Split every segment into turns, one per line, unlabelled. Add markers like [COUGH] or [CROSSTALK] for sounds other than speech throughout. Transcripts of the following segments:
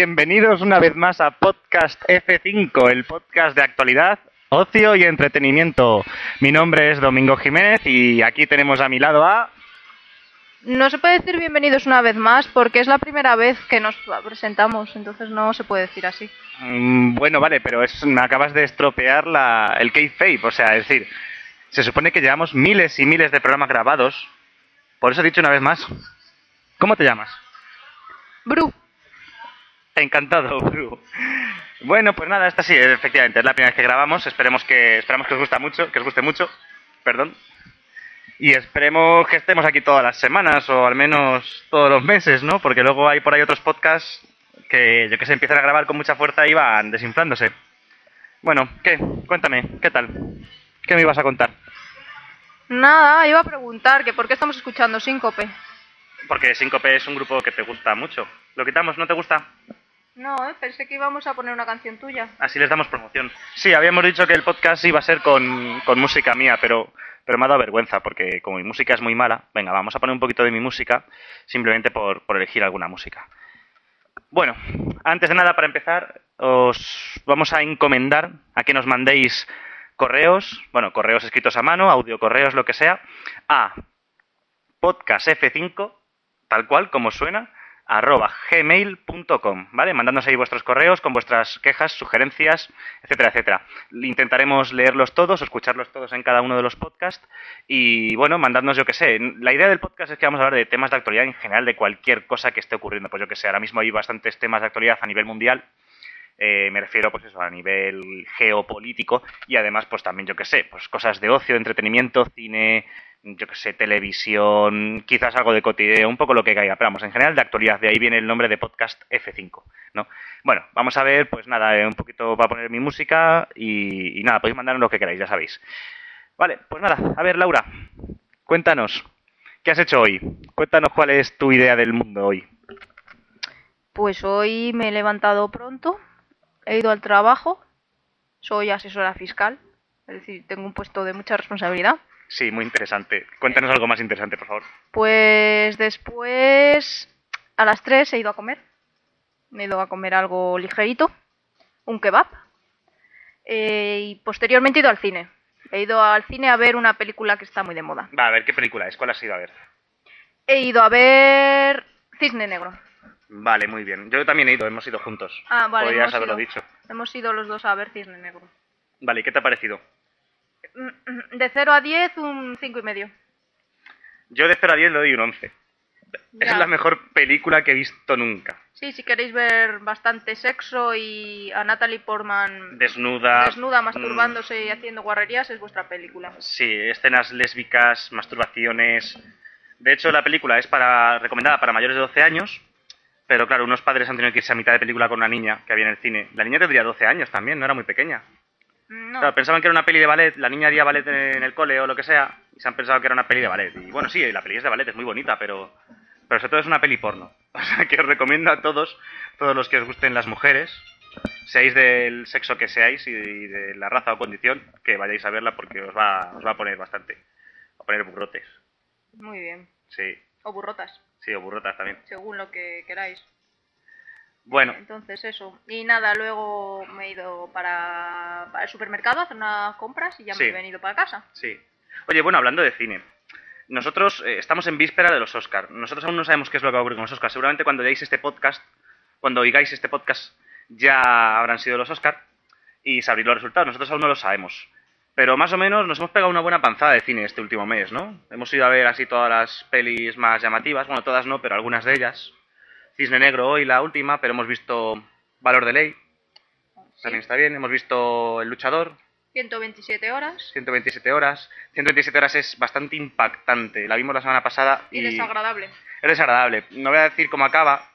Bienvenidos una vez más a Podcast F5, el podcast de actualidad, ocio y entretenimiento. Mi nombre es Domingo Jiménez y aquí tenemos a mi lado a...
No se puede decir bienvenidos una vez más porque es la primera vez que nos presentamos, entonces no se puede decir así.
Mm, bueno, vale, pero es, me acabas de estropear la, el kayfabe, o sea, es decir, se supone que llevamos miles y miles de programas grabados, por eso he dicho una vez más. ¿Cómo te llamas?
Bru,
Encantado, Bru. Bueno, pues nada, esta sí, efectivamente, es la primera vez que grabamos. Esperemos que, esperamos que os gusta mucho, que os guste mucho, perdón. Y esperemos que estemos aquí todas las semanas o al menos todos los meses, ¿no? Porque luego hay por ahí otros podcasts que yo que sé empiezan a grabar con mucha fuerza y van desinflándose. Bueno, ¿qué? Cuéntame, ¿qué tal? ¿Qué me ibas a contar?
nada, iba a preguntar que por qué estamos escuchando síncope.
Porque Síncope es un grupo que te gusta mucho. ¿Lo quitamos? ¿No te gusta?
No, eh, pensé que íbamos a poner una canción tuya.
Así les damos promoción. Sí, habíamos dicho que el podcast iba a ser con, con música mía, pero, pero me ha dado vergüenza porque como mi música es muy mala, venga, vamos a poner un poquito de mi música simplemente por, por elegir alguna música. Bueno, antes de nada, para empezar, os vamos a encomendar a que nos mandéis correos, bueno, correos escritos a mano, audio correos, lo que sea, a podcastf5, tal cual como suena, arroba gmail.com, ¿vale? Mandándonos ahí vuestros correos con vuestras quejas, sugerencias, etcétera, etcétera. Intentaremos leerlos todos, o escucharlos todos en cada uno de los podcasts y, bueno, mandadnos, yo que sé. La idea del podcast es que vamos a hablar de temas de actualidad en general, de cualquier cosa que esté ocurriendo. Pues yo que sé, ahora mismo hay bastantes temas de actualidad a nivel mundial, eh, me refiero, pues eso, a nivel geopolítico y además, pues también, yo que sé, pues cosas de ocio, entretenimiento, cine, yo que sé, televisión, quizás algo de cotideo, un poco lo que caiga, pero vamos, en general de actualidad, de ahí viene el nombre de podcast F5, ¿no? Bueno, vamos a ver, pues nada, eh, un poquito va a poner mi música y, y nada, podéis mandar lo que queráis, ya sabéis. Vale, pues nada, a ver, Laura, cuéntanos, ¿qué has hecho hoy? Cuéntanos cuál es tu idea del mundo hoy.
Pues hoy me he levantado pronto, he ido al trabajo, soy asesora fiscal, es decir, tengo un puesto de mucha responsabilidad.
Sí, muy interesante. Cuéntanos algo más interesante, por favor.
Pues después, a las 3 he ido a comer. Me he ido a comer algo ligerito, un kebab. Eh, y posteriormente he ido al cine. He ido al cine a ver una película que está muy de moda.
Va, a ver, ¿qué película es? ¿Cuál has ido a ver?
He ido a ver Cisne Negro.
Vale, muy bien. Yo también he ido, hemos ido juntos.
Ah, vale,
Podrías
hemos
haberlo
ido.
dicho.
Hemos ido los dos a ver Cisne Negro.
Vale, ¿y qué te ha parecido?
Mm, mm, De 0 a 10, un 5 y medio.
Yo de 0 a 10 le doy un 11. Es
Ya.
la mejor película que he visto nunca.
Sí, si queréis ver bastante sexo y a Natalie Portman
Desnuda.
desnuda,
mm,
masturbándose y haciendo guarrerías, es vuestra película.
Sí, escenas lésbicas, masturbaciones. De hecho, la película es para recomendada para mayores de 12 años, pero claro, unos padres han tenido que irse a mitad de película con una niña que había en el cine. La niña tendría 12 años también, no era muy pequeña.
Mm, No.
Claro, pensaban que era una peli de ballet, la niña haría ballet en el cole o lo que sea, y se han pensado que era una peli de ballet. Y bueno, sí, la peli es de ballet, es muy bonita, pero, pero sobre todo es una peli porno. [LAUGHS] O sea, que os recomiendo a todos, todos los que os gusten las mujeres, seáis del sexo que seáis y de la raza o condición, que vayáis a verla porque os va, os va a poner bastante. Va a poner burrotes,
Muy bien.
sí,
O burrotas,
sí, o burrotas también.
según lo que queráis.
Bueno,
Entonces eso. Y nada, luego me he ido para, para el supermercado a hacer unas compras y ya
Sí.
me he venido para casa.
Sí. Oye, bueno, hablando de cine. Nosotros eh, estamos en víspera de los Oscars. Nosotros aún no sabemos qué es lo que va a ocurrir con los Oscars. Seguramente cuando oigáis este podcast, cuando oigáis este podcast, ya habrán sido los Oscars y sabréis los resultados. Nosotros aún no lo sabemos. Pero más o menos nos hemos pegado una buena panzada de cine este último mes, ¿no? Hemos ido a ver así todas las pelis más llamativas. Bueno, todas no, pero algunas de ellas. Cisne Negro hoy, la última, pero hemos visto Valor de Ley. También está bien. Hemos visto El Luchador,
127 horas
127 horas. 127 horas es bastante impactante. La vimos la semana pasada y,
y desagradable.
es desagradable. No voy a decir cómo acaba,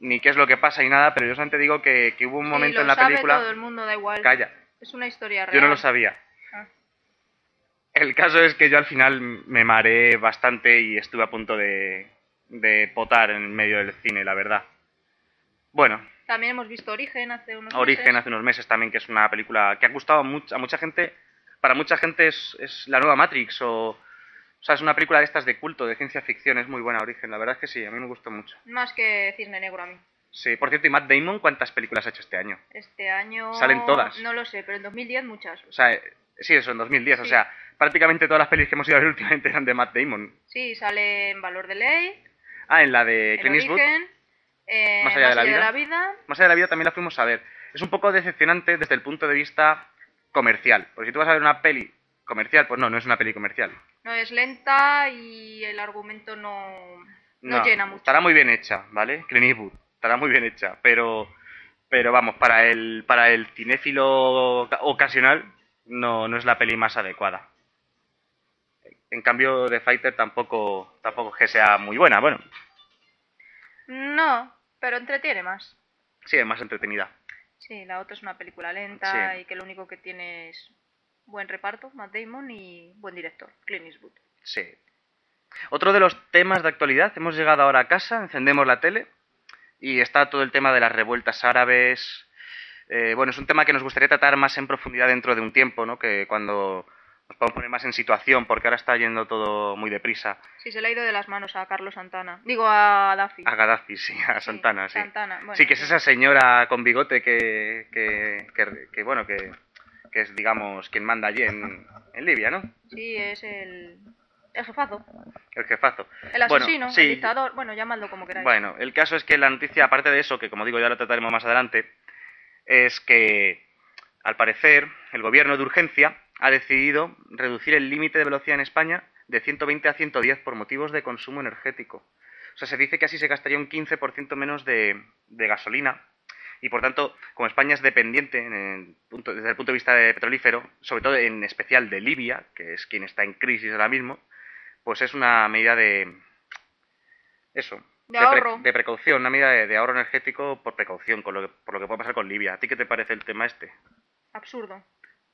ni qué es lo que pasa y nada, pero yo solamente digo que, que hubo un momento
Sí, lo
en la
sabe
película.
todo el mundo, da igual.
Calla,
Es una historia real.
yo no lo sabía.
Ah.
El caso es que yo al final me mareé bastante y estuve a punto de, de potar en medio del cine, la verdad. Bueno,
También hemos visto Origen hace unos
Origen
meses.
hace unos meses también, que es una película que ha gustado a much- a mucha gente. Para mucha gente es, es la nueva Matrix o, o sea, es una película de estas de culto, de ciencia ficción. Es muy buena Origen, la verdad es que sí, a mí me gustó mucho.
Más que Cisne Negro a mí.
Sí, por cierto, ¿y Matt Damon cuántas películas ha hecho este año?
Este año.
Salen todas.
No lo sé, pero en 2010 muchas.
O sea, eh, sí, eso, en 2010. O
Sí.
sea, prácticamente todas las pelis que hemos ido a ver [LAUGHS] últimamente eran de Matt Damon.
Sí, sale en Valor de Ley,
Ah, en la de
en
Clint Eastwood.
Origen, en
Más allá de la
vida.
Más allá de la vida también la fuimos a ver. Es un poco decepcionante desde el punto de vista comercial. Porque si tú vas a ver una peli comercial, pues no, no es una peli comercial.
No es lenta y el argumento no, no, llena mucho.
Estará muy bien hecha, ¿vale? Clint Eastwood, Estará muy bien hecha, pero pero vamos, para el para el cinéfilo oca- ocasional no, no es la peli más adecuada. En cambio, The Fighter tampoco tampoco es que sea muy buena, bueno,
No, pero entretiene más.
sí, es más entretenida.
Sí, la otra es una película lenta
Sí.
y que lo único que tiene es buen reparto, Matt Damon y buen director, Clint Eastwood.
Sí. Otro de los temas de actualidad, hemos llegado ahora a casa, encendemos la tele y está todo el tema de las revueltas árabes. Eh, bueno, es un tema que nos gustaría tratar más en profundidad dentro de un tiempo, ¿no? Que cuando nos podamos poner más en situación, porque ahora está yendo todo muy deprisa.
Sí, se le ha ido de las manos a Carlos Santana. Digo, a Daffy.
A Gaddafi, sí, a Santana, sí.
Santana, bueno,
sí, que es esa señora con bigote que, que, que- que, bueno, que, que es, digamos, quien manda allí en, en Libia, ¿no?
Sí, es el, el jefazo,
El jefazo.
el
Bueno,
asesino,
sí.
el dictador, bueno, llamadlo como queráis.
Bueno, el caso es que la noticia, aparte de eso, que como digo ya lo trataremos más adelante, es que al parecer el gobierno de urgencia ha decidido reducir el límite de velocidad en España de 120 a 110 por motivos de consumo energético. O sea, se dice que así se gastaría un 15% menos de, de gasolina y por tanto, como España es dependiente en el punto- desde el punto de vista de petrolífero, sobre todo en especial de Libia, que es quien está en crisis ahora mismo, pues es una medida de eso,
De
pre-
ahorro.
de precaución, una medida de, de ahorro energético por precaución, con lo que, por lo que puede pasar con Libia. ¿A ti qué te parece el tema este?
Absurdo.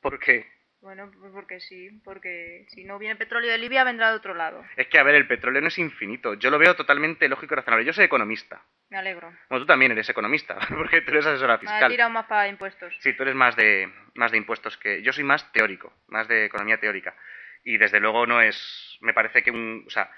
Porque
Bueno, pues porque sí, porque si no viene petróleo de Libia vendrá de otro lado.
es que, a ver, el petróleo no es infinito. Yo lo veo totalmente lógico y razonable. Yo soy economista.
Me alegro.
Bueno, tú también eres economista, [LAUGHS] porque tú eres asesora
Me ha
fiscal.
tirado más para impuestos.
Sí, tú eres más de, más de impuestos que. Yo soy más teórico, más de economía teórica. Y desde luego no es. Me parece que un. O sea,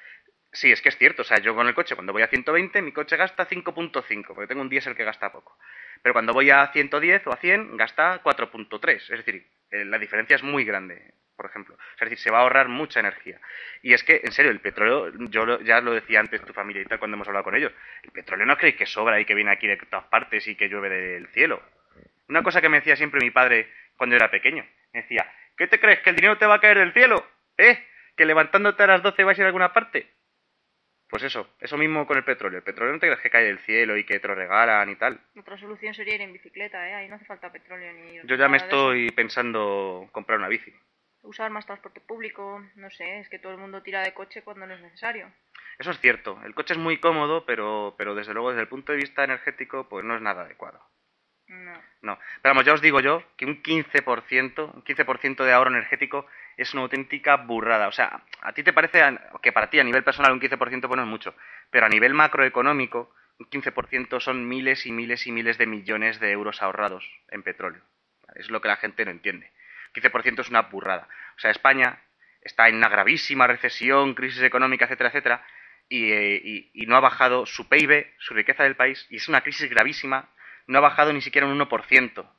sí, es que es cierto. O sea, yo con el coche, cuando voy a 120, mi coche gasta 5.5, porque tengo un diésel que gasta poco. Pero cuando voy a 110 o a 100, gasta 4.3. Es decir, eh, la diferencia es muy grande, por ejemplo. O sea, es decir, se va a ahorrar mucha energía. Y es que, en serio, el petróleo, yo lo- ya lo decía antes tu familia y tal cuando hemos hablado con ellos, el petróleo no creéis que sobra y que viene aquí de todas partes y que llueve del cielo. Una cosa que me decía siempre mi padre cuando era pequeño. Me decía, ¿qué te crees? ¿Que el dinero te va a caer del cielo? ¿Eh? ¿Que levantándote a las 12 vas a ir a alguna parte? Pues eso, eso mismo con el petróleo. El petróleo no te crees que cae del cielo y que te lo regalan y tal.
Otra solución sería ir en bicicleta, ¿eh? Ahí no hace falta petróleo ni...
Yo ya me
nada de eso.
estoy pensando comprar una bici.
Usar más transporte público, no sé, es que todo el mundo tira de coche cuando no es necesario.
Eso es cierto. El coche es muy cómodo, pero, pero desde luego desde el punto de vista energético pues no es nada adecuado.
No.
No. Pero vamos, ya os digo yo que un 15%, un 15% de ahorro energético es una auténtica burrada. O sea, a ti te parece a- que para ti a nivel personal un 15% pues no es mucho, pero a nivel macroeconómico un 15% son miles y miles y miles de millones de euros ahorrados en petróleo. Es lo que la gente no entiende. 15% es una burrada. O sea, España está en una gravísima recesión, crisis económica, etcétera, etcétera, y, eh, y- y no ha bajado su PIB, su riqueza del país, y es una crisis gravísima, no ha bajado ni siquiera un 1%. O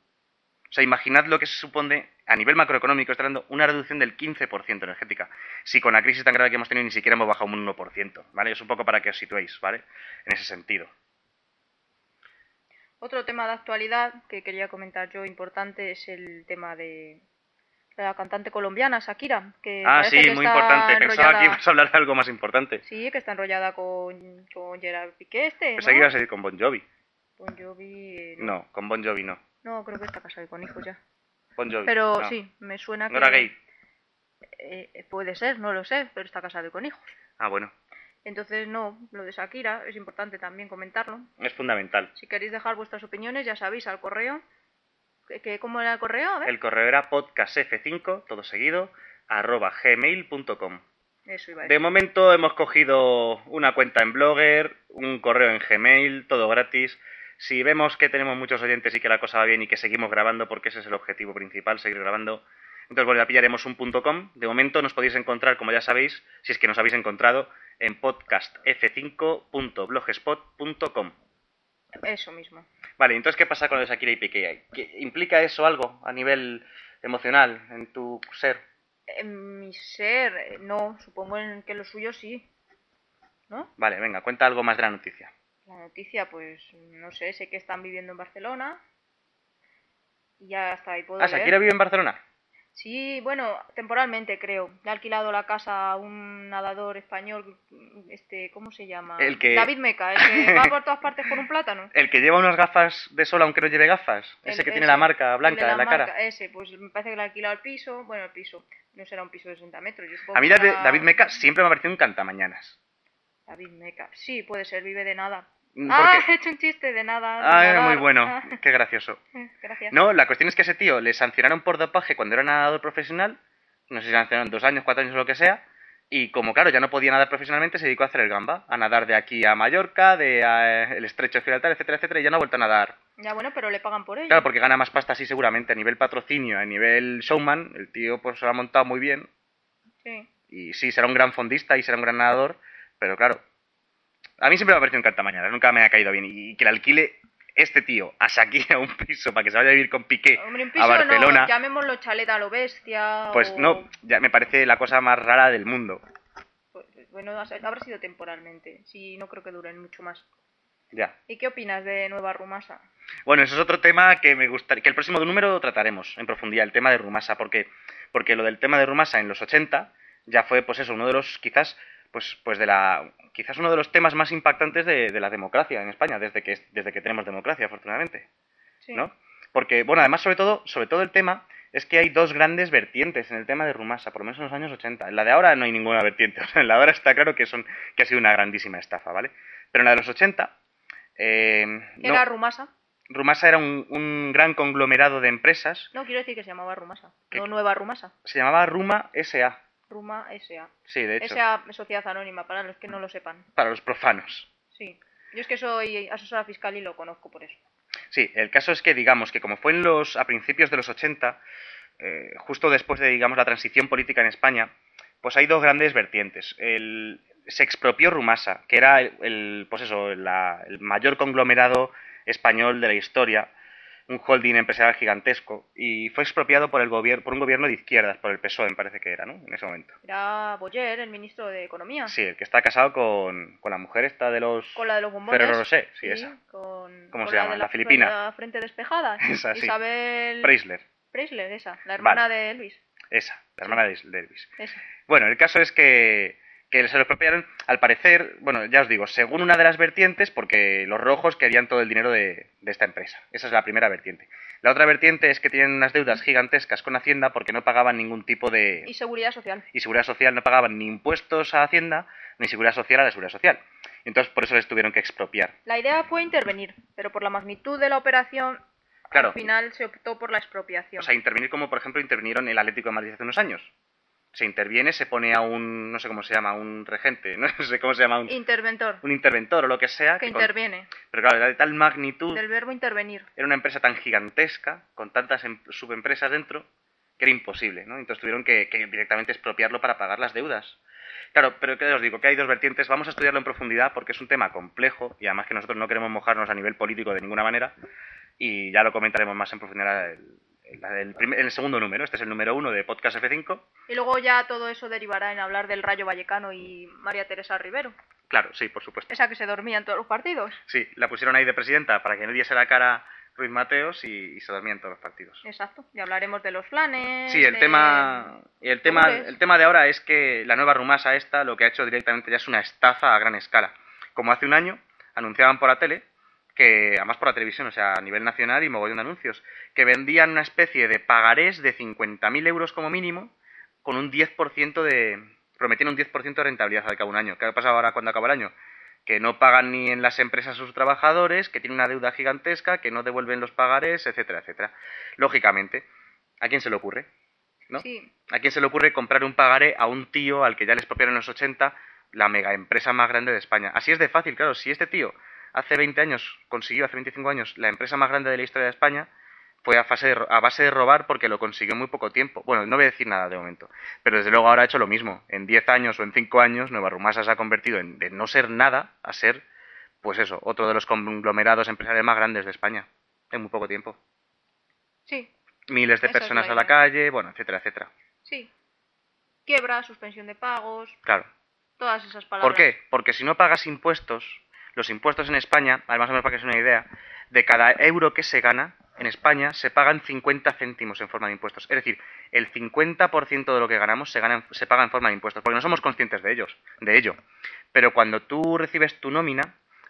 sea, imaginad lo que se supone a nivel macroeconómico, está dando una reducción del 15% energética. Si con la crisis tan grave que hemos tenido ni siquiera hemos bajado un 1%, ¿vale? Es un poco para que os situéis, ¿vale? En ese sentido.
Otro tema de actualidad que quería comentar yo importante es el tema de la cantante colombiana Shakira, que
ah, sí,
parece que
muy
está
importante. Pensaba que
enrollada-
ibas a hablar de algo más importante.
Sí, que está enrollada con, con Gerard Piqué este,
Pensé que
¿no?
ibas a ir con Bon Jovi.
Bon Jovi, eh, no.
No, con Bon Jovi no.
No, creo que está casado y con hijos ya.
Bon Jovi.
Pero
no.
sí, me suena que...
No era gay.
Eh, puede ser, no lo sé, pero está casado y con hijos.
Ah, bueno.
Entonces, no, lo de Shakira es importante también comentarlo.
Es fundamental.
Si queréis dejar vuestras opiniones, ya sabéis, al correo. ¿Qué- qué- ¿Cómo era el correo? A ver.
El correo era podcastf5, todo seguido, arroba gmail.com.
Eso iba a
De
decir.
momento hemos cogido una cuenta en Blogger, un correo en Gmail, todo gratis. Si vemos que tenemos muchos oyentes y que la cosa va bien y que seguimos grabando, porque ese es el objetivo principal, seguir grabando, entonces bueno, ya pillaremos un punto .com. De momento nos podéis encontrar, como ya sabéis, si es que nos habéis encontrado, en podcastf5.blogspot.com.
Eso mismo.
Vale, entonces, ¿qué pasa con lo de Shakira y Piqué ahí? ¿Qué- ¿Implica eso algo a nivel emocional en tu ser?
En mi ser, eh, no, supongo en que lo suyo sí. ¿No?
Vale, venga, cuenta algo más de la noticia.
La noticia, pues no sé, sé que están viviendo en Barcelona. Y ya está, ahí puedo
Ah,
leer.
Shakira vive en Barcelona.
Sí, bueno, temporalmente creo. Le ha alquilado la casa a un nadador español, este, ¿cómo se llama?
El que-
David Meca, el
[LAUGHS]
que va por todas partes con un plátano.
El que lleva unas gafas de sol aunque no lleve gafas.
El-
ese que tiene la marca
el
blanca
de
en la
marca,
cara.
Ese, pues me parece que le ha alquilado el piso, bueno, el piso, no será un piso de 60 metros. yo supongo
A mí
que
David,
será-
Ah, David Meca siempre me ha parecido un cantamañanas.
David Meca, sí, puede ser, vive de nada.
Mm,
Ah, [LAUGHS]
porque-
he hecho un chiste de nada. de
Ah,
nadar.
muy bueno,
Ah, [LAUGHS]
qué gracioso.
Gracias.
No, la cuestión es que ese tío le sancionaron por dopaje cuando era nadador profesional, no sé si sancionaron dos años, cuatro años o lo que sea, y como claro, ya no podía nadar profesionalmente, se dedicó a hacer el gamba, a nadar de aquí a Mallorca, de a, eh, el estrecho de Gibraltar, etcétera, etcétera, y ya no ha vuelto a nadar.
Ya bueno, pero le pagan por ello.
Claro, porque gana más pasta así seguramente, a nivel patrocinio, a nivel showman, el tío pues se lo ha montado muy bien,
Sí.
y sí, será un gran fondista y será un gran nadador, pero claro, a mí siempre me ha parecido un cantamañanas, nunca me ha caído bien, y que le alquile este tío [LAUGHS] a Shakira un piso para que se vaya a vivir con Piqué
Hombre, un
a
piso
Barcelona...
no, llamémoslo chaleta a lo bestia.
Pues
o-
no, ya me parece la cosa más rara del mundo.
Pues, Bueno, ha- habrá sido temporalmente, sí, no creo que duren mucho más.
Ya.
¿Y qué opinas de Nueva Rumasa?
Bueno, eso es otro tema que me gustaría que el próximo número trataremos en profundidad, el tema de Rumasa, porque porque lo del tema de Rumasa en los 80 ya fue pues eso, uno de los quizás pues pues de la quizás uno de los temas más impactantes de, de la democracia en España desde que desde que tenemos democracia, afortunadamente.
Sí.
¿no? Porque, bueno, además, sobre todo, sobre todo el tema es que hay dos grandes vertientes en el tema de Rumasa, por lo menos en los años 80. En la de ahora no hay ninguna vertiente, [LAUGHS] o sea, en la de ahora está claro que, son, que ha sido una grandísima estafa, ¿vale? Pero en la de los 80, eh,
¿Qué
no,
era Rumasa?
Rumasa era un, un gran conglomerado de empresas,
No, quiero decir que se llamaba Rumasa.
¿Qué?
No Nueva Rumasa.
se llamaba Ruma SA,
Ruma S.A.
sí, de hecho,
S.A. Sociedad Anónima, para los que no lo sepan.
para los profanos.
Sí. Yo es que soy asesora fiscal y lo conozco por eso.
Sí, el caso es que, digamos, que como fue en los, a principios de los 80, eh, justo después de, digamos, la transición política en España, pues hay dos grandes vertientes. El, se expropió Rumasa, que era el, el, pues eso, la- el mayor conglomerado español de la historia, un holding empresarial gigantesco, y fue expropiado por, el gobierno, por un gobierno de izquierdas, por el PSOE, E, me parece que era, ¿no? En ese momento.
Era Boyer, el ministro de Economía.
Sí, el que está casado con, con la mujer esta de los...
Ah. Con la de los bombones.
Ferrero Rocher, sí, esa. [LAUGHS]
Con,
¿Cómo
con
se
la
llama?
de
La filipina.
la frente despejada.
[LAUGHS] Esa, sí.
Isabel
Preisler,
Preisler, esa. La hermana de Elvis.
esa, la hermana de de Elvis.
Esa.
Bueno, el caso es que, que se lo expropiaron, al parecer, bueno, ya os digo, según una de las vertientes, porque los rojos querían todo el dinero de, de esta empresa. Esa es la primera vertiente. La otra vertiente es que tienen unas deudas gigantescas con Hacienda porque no pagaban ningún tipo de...
Y seguridad social.
Y Seguridad Social no pagaban ni impuestos a Hacienda, ni Seguridad Social a la Seguridad Social. Entonces, por eso les tuvieron que expropiar.
La idea fue intervenir, pero por la magnitud de la operación,
Claro.
al final se optó por la expropiación.
O sea, intervenir como, por ejemplo, intervinieron el Atlético de Madrid hace unos años. Se interviene, se pone a un, no sé cómo se llama, un regente, [LAUGHS] no sé cómo se llama, un,
Interventor,
un interventor o lo que sea.
que
con-
interviene,
Pero claro, era de tal magnitud,
del verbo intervenir.
era una empresa tan gigantesca, con tantas em- subempresas dentro, que era imposible, ¿no? Entonces tuvieron que, que directamente expropiarlo para pagar las deudas. Claro, pero que os digo, que hay dos vertientes, vamos a estudiarlo en profundidad porque es un tema complejo y además que nosotros no queremos mojarnos a nivel político de ninguna manera y ya lo comentaremos más en profundidad el, el- el primer- el segundo número, este es el número uno de Podcast F5.
Y luego ya todo eso derivará en hablar del Rayo Vallecano y María Teresa Rivero,
Claro, sí, por supuesto.
esa que se dormía en todos los partidos.
Sí, la pusieron ahí de presidenta para que no diese la cara Ruiz Mateos y, y se dormía en todos los partidos.
Exacto, y hablaremos de los flanes.
Sí, el
de-
tema, el tema,
colores.
el tema de ahora es que la nueva rumasa esta lo que ha hecho directamente ya es una estafa a gran escala. Como hace un año anunciaban por la tele, que además por la televisión, o sea, a nivel nacional y mogollón de anuncios, que vendían una especie de pagarés de 50.000 euros como mínimo, con un 10% de, prometían un 10% de rentabilidad al cabo de un año. ¿Qué ha pasado ahora cuando acaba el año? Que no pagan ni en las empresas a sus trabajadores, que tienen una deuda gigantesca, que no devuelven los pagarés, etcétera, etcétera. Lógicamente, ¿a quién se le ocurre? ¿no?
Sí,
¿A quién se le ocurre comprar un pagaré a un tío al que ya les expropiaron en los 80 la mega empresa más grande de España? Así es de fácil, claro. Si este tío hace 20 años consiguió, hace 25 años, la empresa más grande de la historia de España, fue a, fase de ro- a base de robar porque lo consiguió en muy poco tiempo. Bueno, no voy a decir nada de momento. Pero desde luego ahora ha hecho lo mismo. En 10 años o en 5 años, Nueva Rumasa se ha convertido en, de no ser nada a ser pues eso, otro de los conglomerados empresariales más grandes de España en muy poco tiempo.
Sí,
Miles de
Esa es
personas
la
a la
idea.
calle, bueno, etcétera, etcétera.
sí. Quiebra, suspensión de pagos,
Claro.
todas esas palabras.
¿Por qué? Porque si no pagas impuestos, los impuestos en España, además o menos para que sea una idea, de cada euro que se gana en España se pagan 50 céntimos en forma de impuestos. Es decir, el 50% de lo que ganamos se, gana en- se paga en forma de impuestos, porque no somos conscientes de ellos, de ello. Pero cuando tú recibes tu nómina,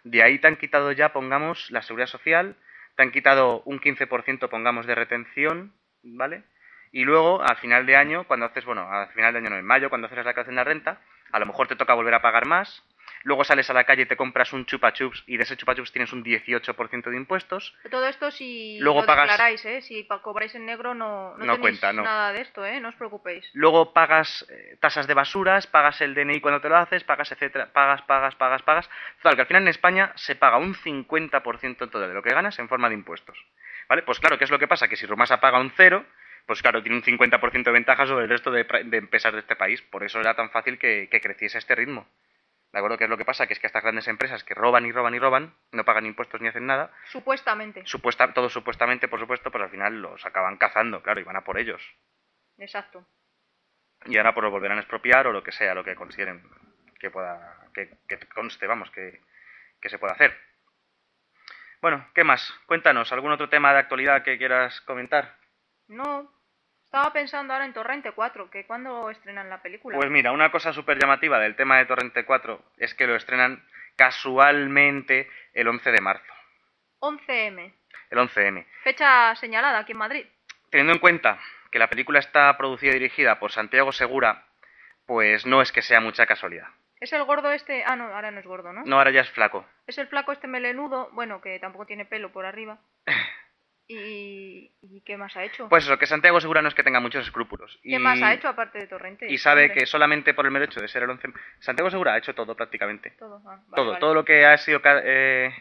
de ahí te han quitado ya, pongamos, la seguridad social, te han quitado un 15%, pongamos, de retención, ¿vale? Y luego, al final de año, cuando haces, bueno, al final de año no, en mayo, cuando haces la declaración de la renta, a lo mejor te toca volver a pagar más. Luego sales a la calle, te compras un chupa chups y de ese chupa chups tienes un 18% de impuestos.
Todo esto si
Luego
lo
pagas-
declaráis, ¿eh? Si pa- cobráis en negro no, no,
No
tenéis
cuenta, no.
nada de esto, ¿eh? No os preocupéis.
Luego pagas eh, tasas de basuras, pagas el DNI cuando te lo haces, pagas, etcétera, pagas, pagas, pagas, pagas. Total, que al final en España se paga un 50% en todo de lo que ganas en forma de impuestos. ¿Vale? Pues claro, ¿qué es lo que pasa? Que si Rumasa paga un cero, pues claro, tiene un 50% de ventaja sobre el resto de, pra- de empresas de este país. Por eso era tan fácil que, que creciese a este ritmo. ¿De acuerdo? ¿Qué es lo que pasa? Que es que estas grandes empresas que roban y roban y roban, no pagan impuestos ni hacen nada,
Supuestamente.
supuesta, todo supuestamente, por supuesto, pues al final los acaban cazando, claro, y van a por ellos.
Exacto.
Y ahora pues lo volverán a expropiar o lo que sea, lo que consideren que pueda, que, que conste, vamos, que, que se pueda hacer. Bueno, ¿qué más? Cuéntanos, ¿algún otro tema de actualidad que quieras comentar?
No. Estaba pensando ahora en Torrente 4, que cuando estrenan la película.
Pues mira, una cosa súper llamativa del tema de Torrente 4 es que lo estrenan casualmente el 11 de marzo,
11M.
el 11M.
Fecha señalada aquí en Madrid.
teniendo en cuenta que la película está producida y dirigida por Santiago Segura, pues no es que sea mucha casualidad.
Es el gordo este. Ah, no, ahora no es gordo, ¿no?
No, ahora ya es flaco.
Es el flaco este melenudo, bueno, que tampoco tiene pelo
[LAUGHS]
por arriba. ¿Y, y qué más ha hecho?
Pues eso, que Santiago Segura no es que tenga muchos escrúpulos.
¿Qué más ha hecho aparte de Torrente?
Y sabe
Hombre,
que solamente por el mero hecho de ser el 11... Santiago Segura ha hecho todo prácticamente.
Todo, ah, vale,
todo,
vale.
todo lo que ha sido ca- eh,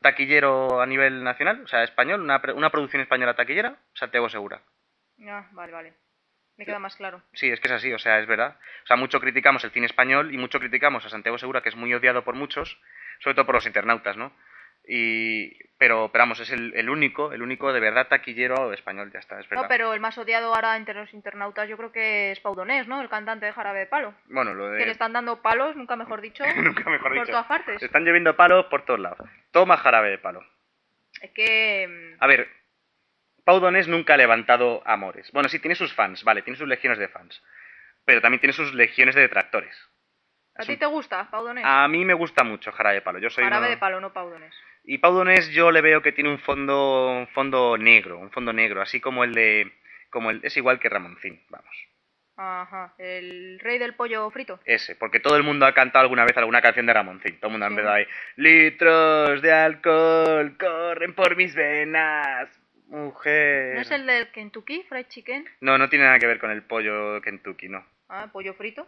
taquillero a nivel nacional, o sea, español, una, pre- una producción española taquillera, Santiago Segura.
Ah, vale, vale. Me queda más claro.
Sí, es que es así, o sea, es verdad. O sea, mucho criticamos el cine español y mucho criticamos a Santiago Segura, que es muy odiado por muchos, sobre todo por los internautas, ¿no? Y, pero, pero vamos, es el, el único, el único de verdad taquillero español, ya está, es verdad.
No, pero el más odiado ahora entre los internautas yo creo que es Paudonés, ¿no? El cantante de Jarabe de Palo.
Bueno, lo
Que le
de...
están dando palos, nunca mejor dicho,
[LAUGHS] Nunca mejor
por
dicho.
todas partes.
Se están lloviendo palos por todos lados. Toma jarabe de palo.
Es que... mm,
A ver, Pau Donés nunca ha levantado amores. Bueno, sí, tiene sus fans, vale, tiene sus legiones de fans. Pero también tiene sus legiones de detractores.
¿A
es
ti
un-
te gusta Paudonés?
A mí me gusta mucho Jarabe de Palo. Yo soy
Jarabe
una-
de Palo, no Paudonés.
Y Pau Donés yo le veo que tiene un fondo, un fondo negro, un fondo negro, así como el de, como el, es igual que Ramoncín, vamos,
Ajá, el rey del pollo frito.
ese, porque todo el mundo ha cantado alguna vez alguna canción de Ramoncín, todo el mundo ha
Sí.
empezado ahí, litros de alcohol corren por mis venas, mujer.
¿No es el del Kentucky Fried Chicken?
no, no tiene nada que ver con el pollo Kentucky, no,
Ah, pollo frito.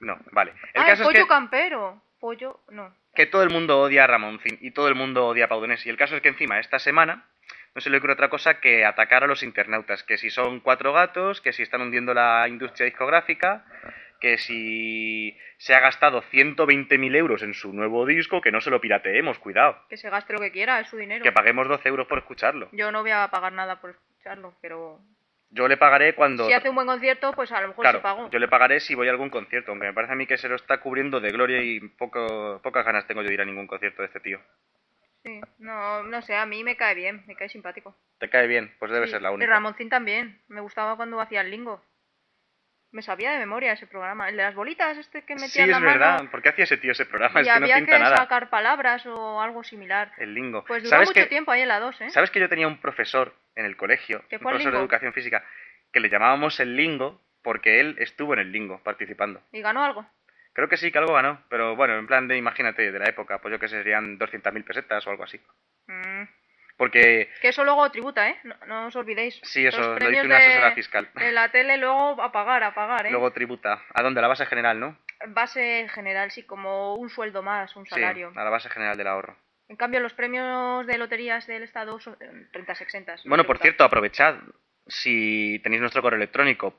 no, vale. El
ah,
caso
el
es
pollo
que,
campero. Pollo, no.
que todo el mundo odia a Ramoncín y todo el mundo odia a Pau Donés, y el caso es que encima esta semana no se le ocurre otra cosa que atacar a los internautas, que si son cuatro gatos, que si están hundiendo la industria discográfica, que si se ha gastado 120.000 euros en su nuevo disco, que no se lo pirateemos, cuidado,
Que se gaste lo que quiera, es su dinero.
que paguemos 12 euros por escucharlo.
Yo no voy a pagar nada por escucharlo, pero
Yo le pagaré cuando...
si hace un buen concierto, pues a lo mejor se pagó.
Claro, yo le pagaré si voy a algún concierto, aunque me parece a mí que se lo está cubriendo de gloria y poco, pocas ganas tengo yo de ir a ningún concierto de este tío.
Sí, no, no sé, a mí me cae bien, me cae simpático.
¿Te cae bien? Pues debe
Sí,
ser la única.
Y Ramoncín también, me gustaba cuando hacía el lingo. Me sabía de memoria ese programa, el de las bolitas este que metía
Sí,
en la
es verdad.
mano.
¿Por qué hacía ese tío ese programa?
y
es que no
había
pinta
que
nada.
sacar palabras o algo similar.
El lingo.
Pues duró
¿Sabes
mucho
que,
tiempo ahí en la 2, ¿eh?
¿Sabes que yo tenía un profesor en el colegio,
¿Que
un
fue al
profesor de
lingo?
educación física, que le llamábamos el lingo porque él estuvo en el lingo participando?
Y ganó algo.
Creo que sí, que algo ganó, pero bueno, en plan de, imagínate, de la época, pues yo que sé, serían 200.000 pesetas o algo así.
Mm,
Porque
Que eso luego tributa, ¿eh? No, no os olvidéis.
sí,
Los
eso lo
premios
dice una asesora
de-
fiscal.
de la tele luego a pagar, a pagar, ¿eh?
Luego tributa. ¿A dónde? A la base general, ¿no?
Base general, sí, como un sueldo más, un salario.
Sí, a la base general del ahorro.
En cambio, los premios de loterías del Estado son eh, rentas exentas. no
Bueno, por
tributan.
cierto, aprovechad. Si tenéis nuestro correo electrónico,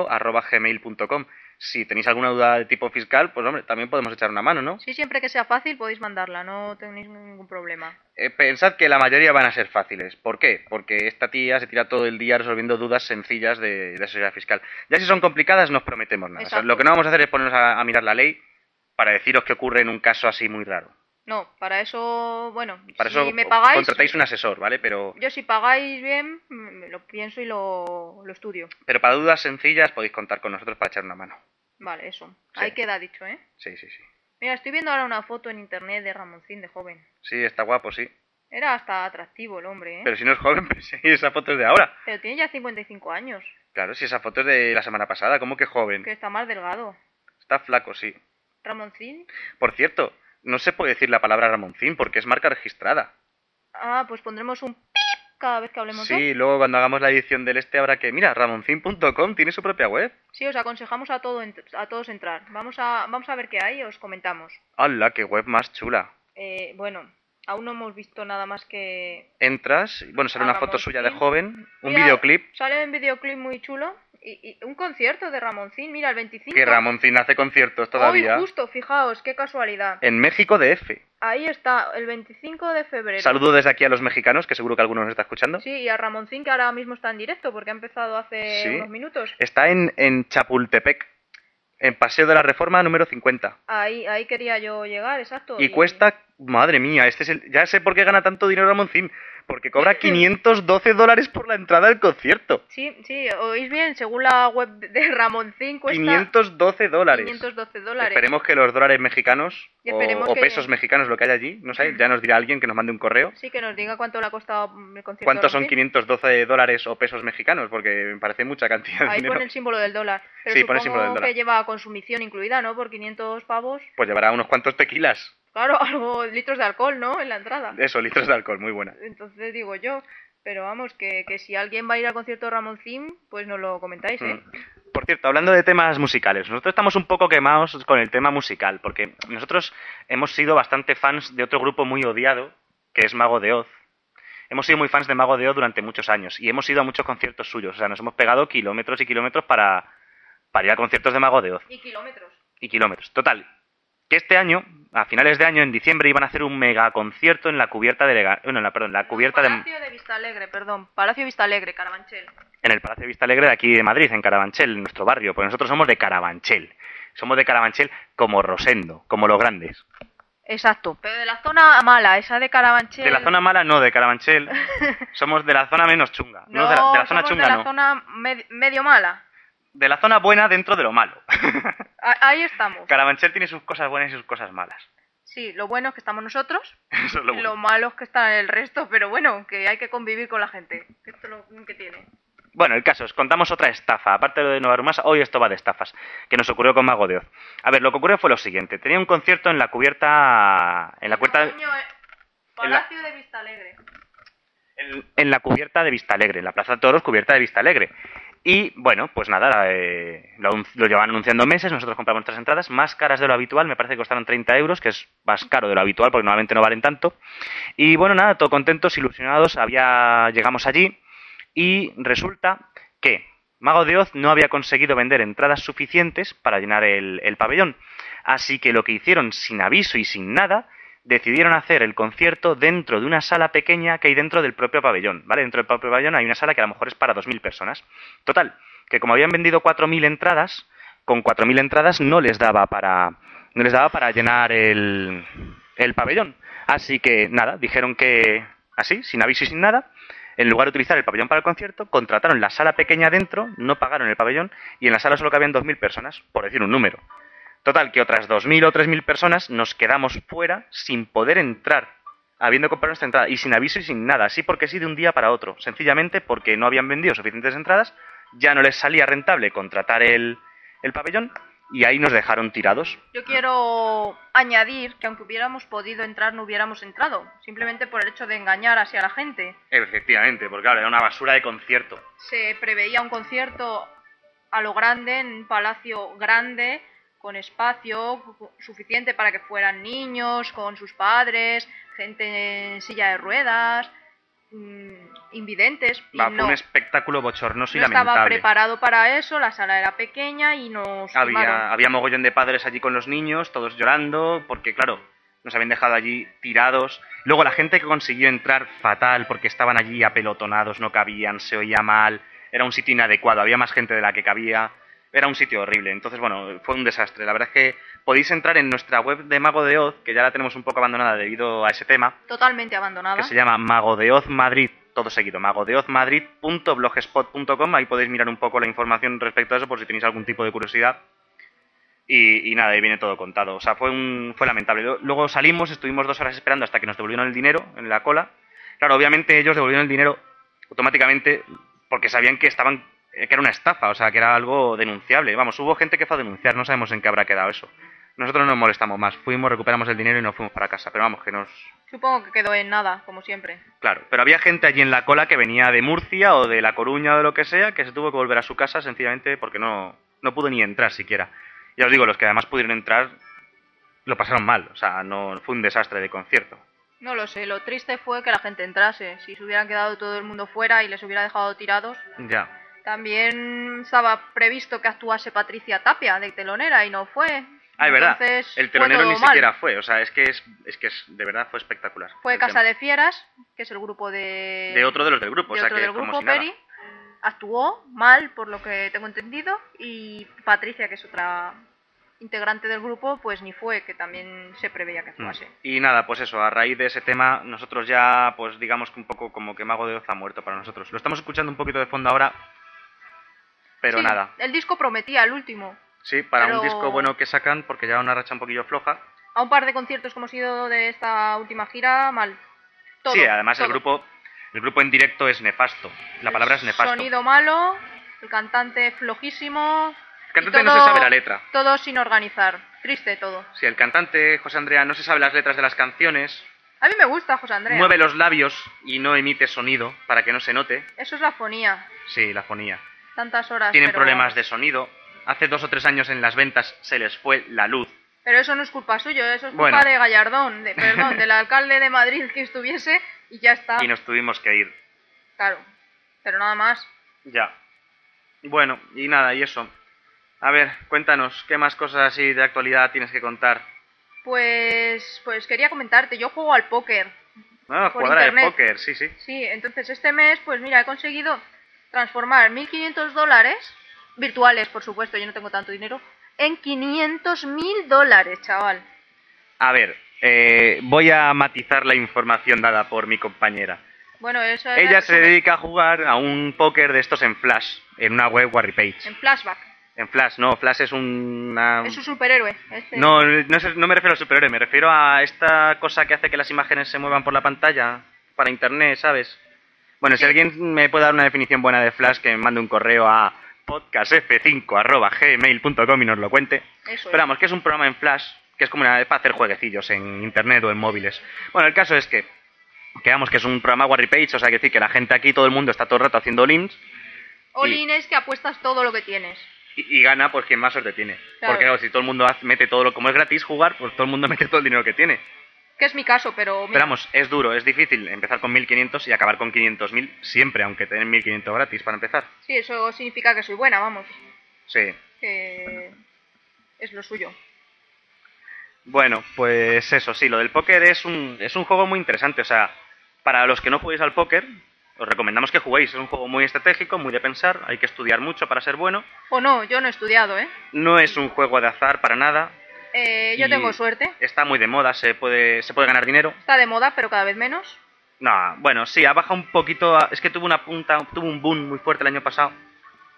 podcastf5.gmail.com. Si tenéis alguna duda de tipo fiscal, pues hombre, también podemos echar una mano, ¿no?
Sí, siempre que sea fácil podéis mandarla, no tenéis ningún problema.
Eh, pensad que la mayoría van a ser fáciles. ¿Por qué? Porque esta tía se tira todo el día resolviendo dudas sencillas de, de asesoría fiscal. Ya si son complicadas, no os prometemos nada. O sea,
Exacto.
lo que no vamos a hacer es ponernos a, a mirar la ley para deciros qué ocurre en un caso así muy raro.
No, para eso, bueno,
Para
si
eso
me pagáis,
contratáis un asesor, ¿vale? Pero,
yo si pagáis bien, mm, lo pienso y lo, lo estudio.
pero para dudas sencillas podéis contar con nosotros para echar una mano.
Vale, eso.
Sí.
Ahí queda dicho, ¿eh?
Sí, sí, sí.
Mira, estoy viendo ahora una foto en internet de Ramoncín de joven.
Sí, está guapo, sí.
¿Eh? Era hasta atractivo el hombre, ¿eh?
Pero si no es joven, [LAUGHS] pues sí, esa foto es de ahora.
Pero tiene ya 55 años,
Claro, si esa foto es de la semana pasada, ¿cómo que joven?
que está más delgado.
Está flaco, sí.
Ramoncín.
Por cierto, no se puede decir la palabra Ramoncín porque es marca registrada.
Ah, pues pondremos un pip cada vez que hablemos de él.
Sí, luego cuando hagamos la edición del este habrá que, mira, ramoncín.com tiene su propia web.
Sí, os aconsejamos a, todo ent- a todos entrar. Vamos a, vamos a ver qué hay y os comentamos.
¡Hala, qué web más chula!
Eh, bueno, aún no hemos visto nada más que...
Entras, y, bueno, sale
A
una foto suya de
Ah, Ramoncín.
joven, un
Mira,
videoclip
Sale un videoclip muy chulo y, y un concierto de Ramoncín, mira, el 25.
que Ramoncín hace conciertos todavía Eh.
Hoy justo, fijaos, qué casualidad.
en México de F.
Ahí está, el 25 de febrero.
Saludo desde aquí a los mexicanos, que seguro que algunos nos está escuchando.
Sí, y a Ramoncín que ahora mismo está en directo porque ha empezado hace
Sí.
unos minutos.
Está en, en Chapultepec, en Paseo de la Reforma número 50.
Ahí, ahí quería yo llegar, exacto.
Y cuesta, madre mía, este es el, ya sé por qué gana tanto dinero Ramoncín, porque
[LAUGHS]
cobra 512 dólares por la entrada al concierto.
Sí, sí, oís bien, según la web de Ramoncín cuesta
512 dólares.
512 dólares.
Esperemos que los dólares mexicanos
Y
o,
esperemos
o
que-
pesos mexicanos, lo que hay allí, no sé, ya nos dirá alguien que nos mande un correo.
Sí, que nos diga cuánto le ha costado mm, el concierto.
¿Cuántos
de
son
Ramoncín.
512 dólares o pesos mexicanos? Porque me parece mucha cantidad de
Ahí
dinero.
pone el símbolo del dólar. Pero
Sí,
supongo
pone el símbolo del dólar.
que lleva consumición incluida, ¿no? Por 500 pavos.
Pues llevará unos cuantos tequilas.
Claro, [LAUGHS] algo, litros de alcohol, ¿no? En la entrada.
Eso, litros de alcohol, muy buena.
Entonces digo yo. Pero vamos, que, que si alguien va a ir al concierto de Ramoncín, pues nos lo comentáis, ¿eh?
Mm. Por cierto, hablando de temas musicales, nosotros estamos un poco quemados con el tema musical, porque nosotros hemos sido bastante fans de otro grupo muy odiado, que es Mago de Oz. Hemos sido muy fans de Mago de Oz durante muchos años y hemos ido a muchos conciertos suyos, o sea, nos hemos pegado kilómetros y kilómetros para, para ir a conciertos de Mago de Oz
Y kilómetros.
y kilómetros. Total, que este año, a finales de año, en diciembre, iban a hacer un mega concierto en la cubierta de Lega- bueno, en la, perdón, la cubierta de...
Palacio de Vistalegre, perdón. Palacio de Vistalegre, Carabanchel.
en el Palacio de Vista Alegre de aquí de Madrid, en Carabanchel, en nuestro barrio, porque nosotros somos de Carabanchel. Somos de Carabanchel como Rosendo, como los grandes.
Exacto. Pero de la zona mala, esa de Carabanchel.
De la zona mala, no, de
[LAUGHS]
Carabanchel. Somos de la zona menos chunga. No,
No,
de, la, de la zona
somos
chunga,
de la
no.
zona med- medio mala.
De la zona buena dentro de lo malo. [LAUGHS]
A- ahí estamos.
Carabanchel tiene sus cosas buenas y sus cosas malas. [LAUGHS]
Sí, lo bueno es que estamos nosotros.
Eso es lo
y
bueno.
Lo malo es que está el resto, pero bueno, que hay que convivir con la gente. Esto es lo que tiene.
Bueno, el caso es, contamos otra estafa. Aparte de lo de Nueva Rumasa, hoy esto va de estafas, que nos ocurrió con Mago de Oz. A ver, lo que ocurrió fue lo siguiente. Tenía un concierto en la cubierta... En la cubierta...
Coño, eh,
en la-
Palacio de Vista Alegre.
en, en la cubierta de Vista Alegre, en la Plaza Toros, cubierta de Vista Alegre. Y bueno, pues nada, eh, lo, anun- lo llevan anunciando meses, nosotros compramos tres entradas, más caras de lo habitual, me parece que costaron 30 euros, que es más caro de lo habitual porque normalmente no valen tanto. Y bueno, nada, todo contentos, ilusionados, había, llegamos allí y resulta que Mago de Oz no había conseguido vender entradas suficientes para llenar el, el pabellón. Así que lo que hicieron sin aviso y sin nada, decidieron hacer el concierto dentro de una sala pequeña que hay dentro del propio pabellón, ¿vale? Dentro del propio pabellón hay una sala que a lo mejor es para 2.000 personas. Total, que como habían vendido 4.000 entradas, con 4.000 entradas no les daba para, no les daba para llenar el, el pabellón. Así que, nada, dijeron que así, sin aviso y sin nada, en lugar de utilizar el pabellón para el concierto, contrataron la sala pequeña dentro, no pagaron el pabellón y en la sala solo cabían 2.000 personas, por decir un número. Total, que otras 2.000 o 3.000 personas nos quedamos fuera sin poder entrar, habiendo comprado nuestra entrada, y sin aviso y sin nada, así porque sí de un día para otro, sencillamente porque no habían vendido suficientes entradas, ya no les salía rentable contratar el, el pabellón, y ahí nos dejaron tirados.
Yo quiero añadir que aunque hubiéramos podido entrar, no hubiéramos entrado. Simplemente por el hecho de engañar así a la gente.
Efectivamente, porque claro, era una basura de concierto.
Se preveía un concierto a lo grande, en un palacio grande, con espacio cu- suficiente para que fueran niños, con sus padres, gente en silla de ruedas, mm, invidentes. y
Va, fue
no,
un espectáculo bochornoso y
no estaba
lamentable.
preparado para eso, la sala era pequeña y nos timaron.
Había, había mogollón de padres allí con los niños, todos llorando, porque claro, nos habían dejado allí tirados. Luego la gente que consiguió entrar fatal, porque estaban allí apelotonados, no cabían, se oía mal, era un sitio inadecuado, había más gente de la que cabía, era un sitio horrible. Entonces, bueno, fue un desastre. La verdad es que podéis entrar en nuestra web de Mago de Oz, que ya la tenemos un poco abandonada debido a ese tema,
totalmente abandonada.
que se llama Mago de Oz Madrid, todo seguido, magodeozmadrid.blogspot.com. Ahí podéis mirar un poco la información respecto a eso por si tenéis algún tipo de curiosidad. Y, y nada, ahí viene todo contado. O sea, fue, un, fue lamentable. Lo- Luego salimos, estuvimos dos horas esperando hasta que nos devolvieron el dinero en la cola. Claro, obviamente ellos devolvieron el dinero automáticamente porque sabían que estaban eh, que era una estafa, o sea, que era algo denunciable. Vamos, hubo gente que fue a denunciar, no sabemos en qué habrá quedado eso. Nosotros no nos molestamos más, fuimos, recuperamos el dinero y nos fuimos para casa. Pero vamos, que nos,
Supongo que quedó en nada, como siempre.
Claro, pero había gente allí en la cola que venía de Murcia o de La Coruña o de lo que sea, que se tuvo que volver a su casa sencillamente porque no, no pudo ni entrar siquiera. Ya os digo, los que además pudieron entrar lo pasaron mal, o sea, no fue un desastre de concierto.
No lo sé, lo triste fue que la gente entrase. Si se hubieran quedado todo el mundo fuera y les hubiera dejado tirados.
Ya.
También estaba previsto que actuase Patricia Tapia de telonera y no fue.
Ah, es verdad.
Entonces,
el
fue
telonero
todo
ni
mal.
siquiera fue, o sea, es que es, es que es, de verdad fue espectacular.
Fue
el
Casa
tema.
de Fieras, que es el grupo de...
de otro de los del grupo,
de
o sea
otro
que
del
como
grupo,
si nada.
Peri. Actuó mal, por lo que tengo entendido, y Patricia, que es otra integrante del grupo, pues ni fue, que también se preveía
Mm.
que actuase.
Y nada, pues eso, a raíz de ese tema, nosotros ya, pues digamos que un poco como que Mago de Oz ha muerto para nosotros. Lo estamos escuchando un poquito de fondo ahora, pero
Sí,
nada.
El disco prometía, el último.
Sí, para
pero-
un disco bueno que sacan, porque lleva una racha un poquillo floja.
A un par de conciertos como ha sido de esta última gira, mal. Todo,
sí, además el
todo.
grupo el grupo en directo es nefasto. La palabra es
El
nefasto.
Sonido malo, el cantante flojísimo.
el cantante
y
no se
todo-
sabe la letra.
Todo sin organizar. Triste todo.
Si el cantante, José Andrea, no se sabe las letras de las canciones,
A mí me gusta José Andrea.
mueve los labios y no emite sonido para que no se note.
Eso es la fonía.
Sí, la fonía.
Tantas horas.
Tienen
Ah, pero-
problemas de sonido. Hace dos o tres años en las ventas se les fue la luz.
Pero eso no es culpa suya, eso es culpa
Bueno.
de
[LAUGHS]
Gallardón, de, perdón, del alcalde de Madrid que estuviese y ya está.
Y nos tuvimos que ir.
Claro, pero nada más.
Ya. Bueno, y nada, y eso. A ver, cuéntanos, ¿qué más cosas así de actualidad tienes que contar?
Pues, pues quería comentarte, yo juego al póker.
Ah,
Por
jugadora de
internet.
póker, sí, sí.
Sí, entonces este mes, pues mira, he conseguido transformar 1.500 dólares, virtuales por supuesto, yo no tengo tanto dinero, en 500.000 dólares, chaval.
A ver, eh, voy a matizar la información dada por mi compañera.
Bueno, eso es...
Ella se dedica a jugar a un póker de estos en Flash, en una web Warripage.
En flashback.
En Flash, no, Flash es una...
Es un superhéroe. este.
No, no, es- no me refiero al superhéroe, me refiero a esta cosa que hace que las imágenes se muevan por la pantalla, para internet, ¿sabes? Bueno,
Sí.
si alguien me puede dar una definición buena de Flash, que me mande un correo a podcastf5.gmail.com y nos lo cuente.
Eso es.
Esperamos, que es un programa en Flash, que es como una para hacer jueguecillos en internet o en móviles. Bueno, el caso es que, que vamos, que es un programa Warripage, o sea, que decir que la gente aquí, todo el mundo está todo el rato haciendo links
Olin es que apuestas todo lo que tienes.
y, y gana pues quien más suerte tiene.
Claro.
Porque claro, si todo el mundo hace- mete todo lo, como es gratis jugar, pues todo el mundo [LAUGHS] mete todo el dinero que tiene.
Que es mi caso, pero... mira,
Pero vamos, es duro, es difícil empezar con 1500 y acabar con 500.000 siempre, aunque tener 1500 gratis para empezar.
Sí, eso significa que soy buena, vamos.
Sí.
Que es lo suyo.
Bueno, pues eso, sí, lo del póker es un, es un juego muy interesante. O sea, para los que no juguéis al póker, os recomendamos que juguéis. Es un juego muy estratégico, muy de pensar, hay que estudiar mucho para ser bueno.
O no, yo no he estudiado, ¿eh?
No es un juego de azar para nada.
Eh, yo
Y-
tengo suerte.
Está muy de moda, se puede, se puede ganar dinero.
Está de moda, pero cada vez menos.
No, bueno, sí, ha bajado un poquito. a- Es que tuvo una punta, tuvo un boom muy fuerte el año pasado.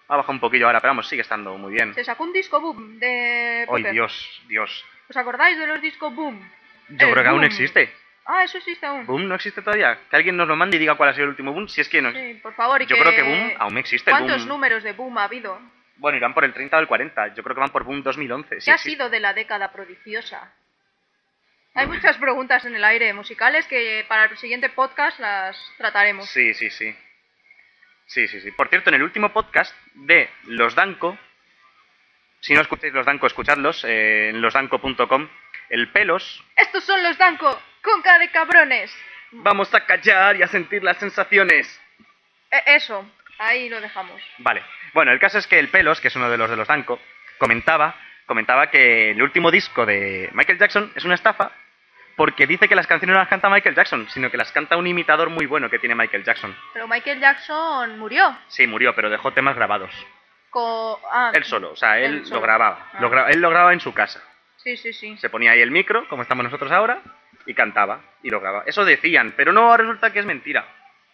Ha bajado un poquillo ahora, pero vamos, sigue estando muy bien.
Se sacó un disco boom de
Ay,
póker.
Dios, Dios.
¿Os acordáis de los discos boom?
Yo
El
creo que aún
boom.
existe.
Ah, eso existe aún.
¿Boom no existe todavía? Que alguien nos lo mande y diga cuál ha sido el último boom, si es que no
Sí, por favor. Y
Yo creo que boom aún existe. el
¿Cuántos
boom.
números de boom ha habido?
Bueno, irán por el 30 o el 40. Yo creo que van por boom 2011.
¿Qué
sí,
ha
sí.
sido de la década prodigiosa? Hay muchas preguntas en el aire musicales que para el siguiente podcast las trataremos.
Sí, sí, sí. Sí, sí, sí. Por cierto, en el último podcast de Los Danco, si no escucháis Los Danco, escuchadlos eh, en losdanco.com. El pelos,
Estos son los Danco, conca de cabrones.
vamos a callar y a sentir las sensaciones.
E- Eso, ahí lo dejamos.
Vale. Bueno, el caso es que el Pelos, que es uno de los de los Danco, comentaba, comentaba que el último disco de Michael Jackson es una estafa porque dice que las canciones no las canta Michael Jackson, sino que las canta un imitador muy bueno que tiene Michael Jackson.
Pero Michael Jackson murió.
Sí, murió, pero dejó temas grabados.
Co- ah,
Él solo, o sea, él,
Él solo.
lo grababa.
Ah.
Lo gra- él lo grababa en su casa.
Sí, sí, sí.
Se ponía ahí el micro, como estamos nosotros ahora, y cantaba y lo grababa. Eso decían, pero no, resulta que es mentira.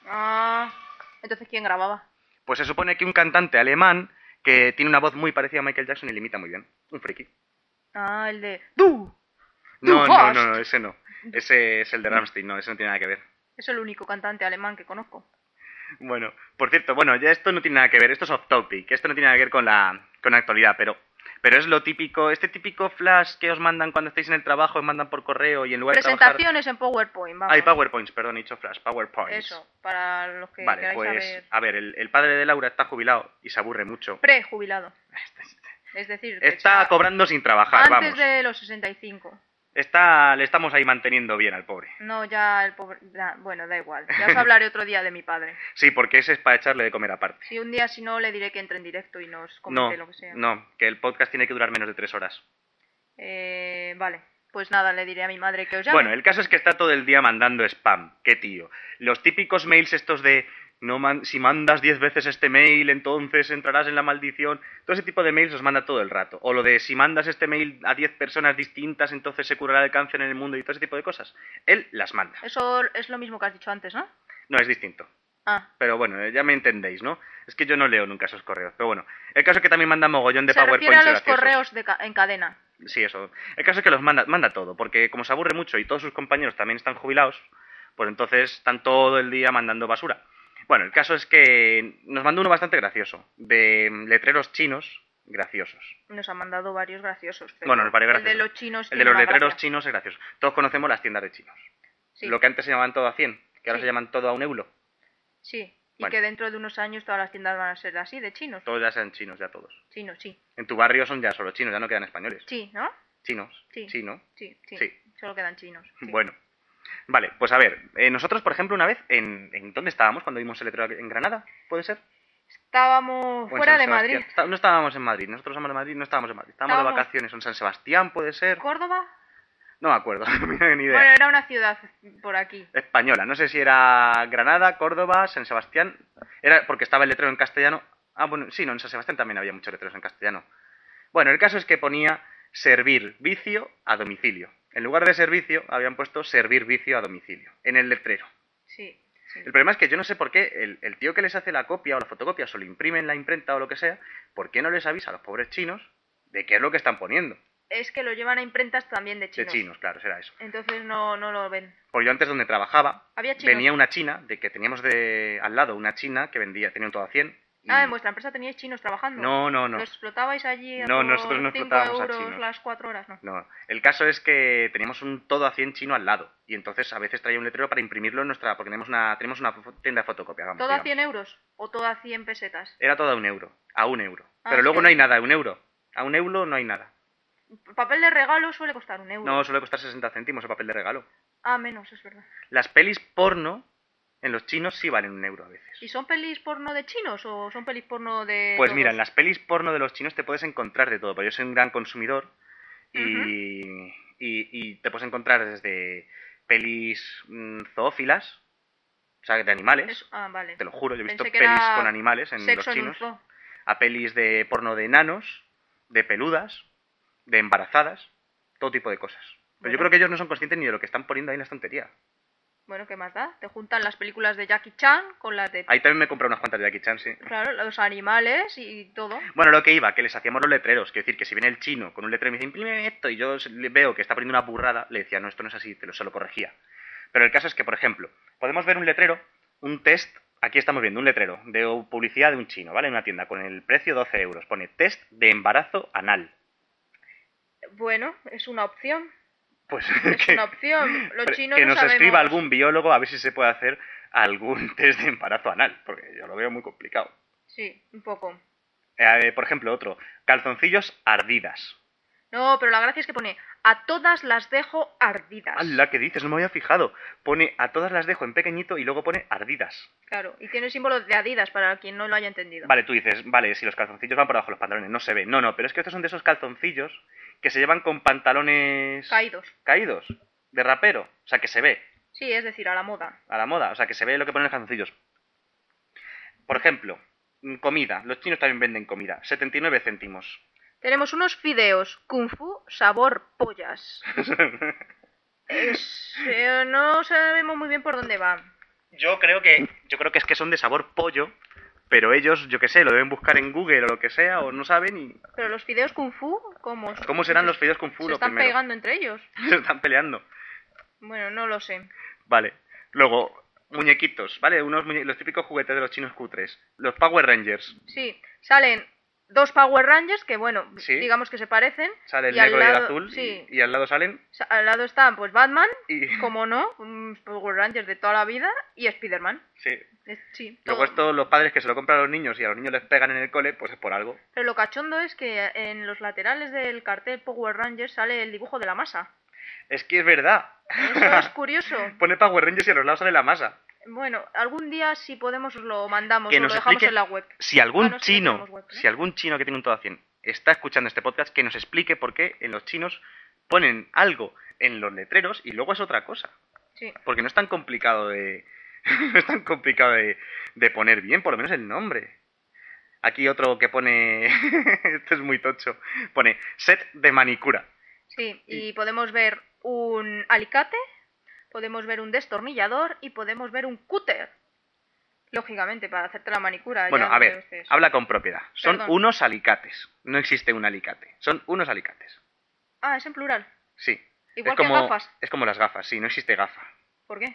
Ah, entonces ¿quién grababa?
Pues se supone que un cantante alemán que tiene una voz muy parecida a Michael Jackson y le imita muy bien. Un friki.
Ah, el de... ¡Du! Du
No, no,
hast.
no, no, ese no. Ese es el de Ramstein, no, ese no tiene nada que ver.
Es el único cantante alemán que conozco.
Bueno, por cierto, bueno, ya esto no tiene nada que ver, esto es off topic, esto no tiene nada que ver con la, con la actualidad, pero, pero es lo típico, este típico flash que os mandan cuando estáis en el trabajo, os mandan por correo y en lugar de trabajar...
Presentaciones en PowerPoint, vamos.
Hay PowerPoints, perdón, he dicho flash, PowerPoints.
Eso, para los que
Vale,
queráis
pues,
saber.
a ver, el, el padre de Laura está jubilado y se aburre mucho.
Prejubilado. Es decir,
[LAUGHS]
que
Está
está
cobrando sin trabajar,
antes
vamos.
de los 65.
Está, le estamos ahí manteniendo bien al pobre.
No, ya el pobre... da- bueno, da igual. Ya os hablaré otro día de mi padre.
Sí, porque ese es para echarle de comer aparte.
Si un día, si no, le diré que entre en directo y nos
No,
comente lo que sea.
no, que el podcast tiene que durar menos de tres horas.
Eh, vale, pues nada, le diré a mi madre que os llame.
Bueno, el caso es que está todo el día mandando spam. Qué tío. Los típicos mails estos de no man- si mandas 10 veces este mail, entonces entrarás en la maldición. Todo ese tipo de mails los manda todo el rato. O lo de si mandas este mail a 10 personas distintas, entonces se curará el cáncer en el mundo y todo ese tipo de cosas. Él las manda.
Eso es lo mismo que has dicho antes, ¿no?
No es distinto.
Ah,
Pero bueno, eh, ya me entendéis, ¿no? Es que yo no leo nunca esos correos. Pero bueno, el caso es que también manda mogollón de
se refiere a
PowerPoints
los
graciosos.
correos de ca- en cadena.
Sí, eso. El caso es que los manda, manda todo, porque como se aburre mucho y todos sus compañeros también están jubilados, pues entonces están todo el día mandando basura. Bueno, el caso es que nos mandó uno bastante gracioso, de letreros chinos graciosos.
Nos han mandado varios graciosos. pero
Bueno, nos varios
El de
graciosos.
los chinos.
El de
tiene
los
más
letreros
gracia.
chinos es gracioso. Todos conocemos las tiendas de chinos.
Sí,
Lo que antes se llamaban todo a 100, que ahora
Sí.
se llaman todo a un euro.
sí. Y
Bueno.
que dentro de unos años todas las tiendas van a ser así, de chinos.
Todos ya sean chinos, ya todos.
Chinos, sí.
En tu barrio son ya solo chinos, ya no quedan españoles.
Sí, ¿no?
Chinos.
Sí.
Chino.
Sí, sí.
Sí.
Solo quedan chinos. sí.
Bueno. Vale, pues a ver, eh, nosotros, por ejemplo, una vez, en, ¿en dónde estábamos cuando vimos el letrero en Granada? ¿Puede ser?
Estábamos
O Pues en
fuera
San
de Madrid.
Sebastián. Está- no estábamos en Madrid, nosotros somos de Madrid, no estábamos en Madrid. Estábamos,
Estábamos-
de vacaciones en San Sebastián, puede ser.
¿Córdoba?
No me acuerdo, [LAUGHS] mira, ni idea.
Bueno, era una ciudad por aquí.
Española, no sé si era Granada, Córdoba, San Sebastián. Era porque estaba el letrero en castellano. Ah, bueno, sí, no, en San Sebastián también había muchos letreros en castellano. Bueno, el caso es que ponía servir vicio a domicilio. En lugar de servicio, habían puesto servir vicio a domicilio en el letrero.
Sí. sí.
El problema es que yo no sé por qué el, el tío que les hace la copia o la fotocopia o lo imprime en la imprenta o lo que sea, ¿por qué no les avisa a los pobres chinos de qué es lo que están poniendo?
Es que lo llevan a imprentas también de
De
chinos.
chinos, claro, será eso.
Entonces no, no lo ven.
Porque yo antes donde trabajaba,
Había chinos.
venía una china, de que teníamos de al lado una china que vendía, tenía un todo a 100. y-
Ah, en vuestra empresa teníais chinos trabajando.
No, no, no.
¿Los explotabais allí a
No,
por
nosotros no
cinco
explotábamos a
euros
chinos.
las cuatro horas? No.
No, el caso es que teníamos un todo a 100 chino al lado y entonces a veces traía un letrero para imprimirlo en nuestra, porque tenemos una, tenemos una fo- tienda de fotocopia. vamos,
¿Todo a
digamos.
100 euros o todo a 100 pesetas?
Era todo a un euro, a un euro.
Ah,
Pero
es
luego
que-
no hay nada, a un euro. A un euro no hay nada.
Papel de regalo suele costar un euro.
No, suele costar 60 céntimos el papel de regalo.
Ah, menos, es verdad.
Las pelis porno en los chinos sí valen un euro a veces.
¿Y son pelis porno de chinos o son pelis porno de.?
Pues
Eh, todos?
mira, en las pelis porno de los chinos te puedes encontrar de todo, porque yo soy un gran consumidor y, y- y te puedes encontrar desde pelis mm, zoófilas, o sea, de animales,
Es- Ah, vale.
te lo juro, yo he visto
Pensé que
pelis
era
con animales en los
Sexo en un
chinos,
zoo.
a pelis de porno de enanos, de peludas, de embarazadas, todo tipo de cosas. Pero yo
Bueno.
creo que ellos no son conscientes ni de lo que están poniendo ahí en la estantería.
Bueno, ¿qué más da? Te juntan las películas de Jackie Chan con las de.
Ahí también me compré unas cuantas de Jackie Chan, sí.
Claro, los animales y todo.
Bueno, lo que iba, que les hacíamos los letreros. Quiero decir, que si viene el chino con un letrero y me dice, imprime esto, y yo le veo que está poniendo una burrada, le decía, no, esto no es así, te lo, se lo corregía. Pero el caso es que, por ejemplo, podemos ver un letrero, un test, aquí estamos viendo un letrero de publicidad de un chino, ¿vale? En una tienda con el precio 12 euros. Pone test de embarazo anal.
Bueno, es una
[LAUGHS]
opción.
Pues
Es una opción. Los
pero
chinos
que
no
nos
sabemos.
escriba algún biólogo a ver si se puede hacer algún [LAUGHS] test de embarazo anal, porque yo lo veo muy complicado.
Sí, un poco.
Eh, por ejemplo, otro, calzoncillos ardidas.
No, pero la gracia es que pone, a todas las dejo ardidas.
¡Hala! ¿Qué dices? No me había fijado. Pone a todas las dejo en pequeñito y luego pone ardidas.
Claro, y tiene el símbolo de Adidas para quien no lo haya entendido.
Vale, tú dices, vale, si los calzoncillos van por debajo de los pantalones, no se ve. No, no, pero es que estos son de esos calzoncillos que se llevan con pantalones
Caídos.
caídos, de rapero. O sea, que se ve
Sí, es decir, a la moda.
a la moda. O sea, que se ve lo que ponen los calzoncillos. Por ejemplo, mm, comida. Los chinos también venden comida. 79 céntimos. [LAUGHS]
Tenemos unos fideos kung fu sabor pollas. Es- eh, no sabemos muy bien por dónde va.
Yo creo que yo creo que es que son de sabor pollo, pero ellos, yo qué sé, lo deben buscar en Google o lo que sea o no saben y
Pero los fideos kung fu, ¿cómo,
cómo serán los fideos con fu
Se
lo
están
primero.
pegando entre ellos.
[LAUGHS] Se están peleando.
Bueno, no lo sé.
Vale. Luego muñequitos, ¿vale? Unos muñe- los típicos juguetes de los chinos cutres, los Power Rangers.
Sí, salen dos Power Rangers que, bueno,
Sí.
digamos que se parecen.
Sale el
Y al
negro y el
lado-
azul y-
sí.
y, al lado salen
Sa- Al lado están, pues, Batman,
y
como no, un Power Rangers de toda la vida, y Spider-Man.
[LAUGHS] sí.
Es- Sí,
Luego
todo.
esto los padres que se lo compran a los niños y a los niños les pegan en el cole, pues es por algo.
Pero lo cachondo es que en los laterales del cartel Power Rangers sale el dibujo de la masa.
Es que es verdad.
Eso
[LAUGHS]
es curioso.
Pone Power Rangers y a los lados sale la masa.
Bueno, algún día si podemos os lo mandamos
Que
o
nos
lo dejamos
explique-
en la web.
Si algún
Ah, no, sí,
chino,
tenemos web, ¿no?
si algún chino que tenga un todo a 100 está escuchando este podcast, que nos explique por qué en los chinos ponen algo en los letreros y luego es otra cosa.
Sí.
Porque no es tan complicado de. [LAUGHS] no es tan complicado de, de poner bien, por lo menos el nombre. Aquí otro que pone. [LAUGHS] este es muy tocho. Pone set de manicura.
Sí, y podemos ver un alicate, podemos ver un destornillador y podemos ver un cúter. Lógicamente, para hacerte la manicura. Ah, ya
Bueno,
no
a
te
ver,
gustes.
habla con propiedad. Son
Perdón.
unos alicates. No existe un alicate. Son unos alicates.
Ah, es en plural.
Sí.
Igual
es
que
como,
gafas.
Es como las gafas, sí, no existe gafa.
¿Por qué?